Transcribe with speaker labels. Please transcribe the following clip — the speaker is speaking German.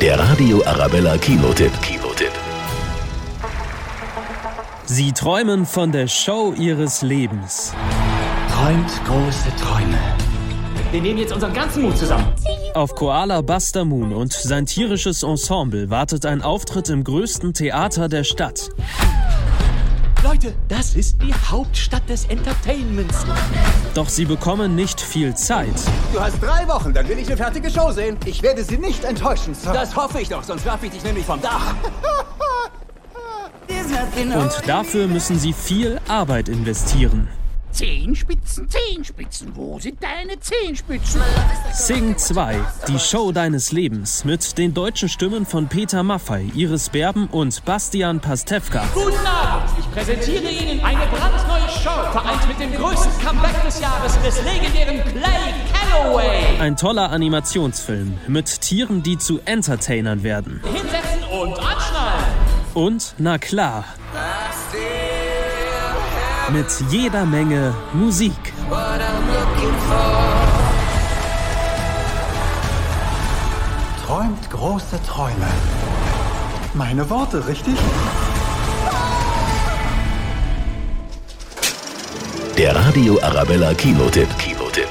Speaker 1: Der Radio Arabella Kinotipp. Kinotipp.
Speaker 2: Sie träumen von der Show ihres Lebens.
Speaker 3: Träumt große Träume.
Speaker 4: Wir nehmen jetzt unseren ganzen Mut zusammen.
Speaker 2: Auf Koala Buster Moon und sein tierisches Ensemble wartet ein Auftritt im größten Theater der Stadt.
Speaker 3: Leute, das ist die Hauptstadt des Entertainments.
Speaker 2: Doch sie bekommen nicht viel Zeit.
Speaker 5: Du hast drei Wochen, dann will ich eine fertige Show sehen. Ich werde sie nicht enttäuschen, Sir.
Speaker 4: Das hoffe ich doch, sonst werfe ich dich nämlich vom Dach.
Speaker 2: Und dafür müssen sie viel Arbeit investieren.
Speaker 6: Zehenspitzen, Zehenspitzen, wo sind deine Zehenspitzen?
Speaker 2: Sing 2, die Show deines Lebens mit den deutschen Stimmen von Peter Maffay, Iris Berben und Bastian Pastewka.
Speaker 4: Guten Abend, ich präsentiere Ihnen eine brandneue Show, vereint mit dem größten Comeback des Jahres des legendären Clay Calloway.
Speaker 2: Ein toller Animationsfilm mit Tieren, die zu Entertainern werden.
Speaker 4: Hinsetzen und anschnallen.
Speaker 2: Und na klar, mit jeder Menge Musik.
Speaker 3: Träumt große Träume. Meine Worte, richtig?
Speaker 1: Der Radio Arabella Kinotipp. Kinotipp.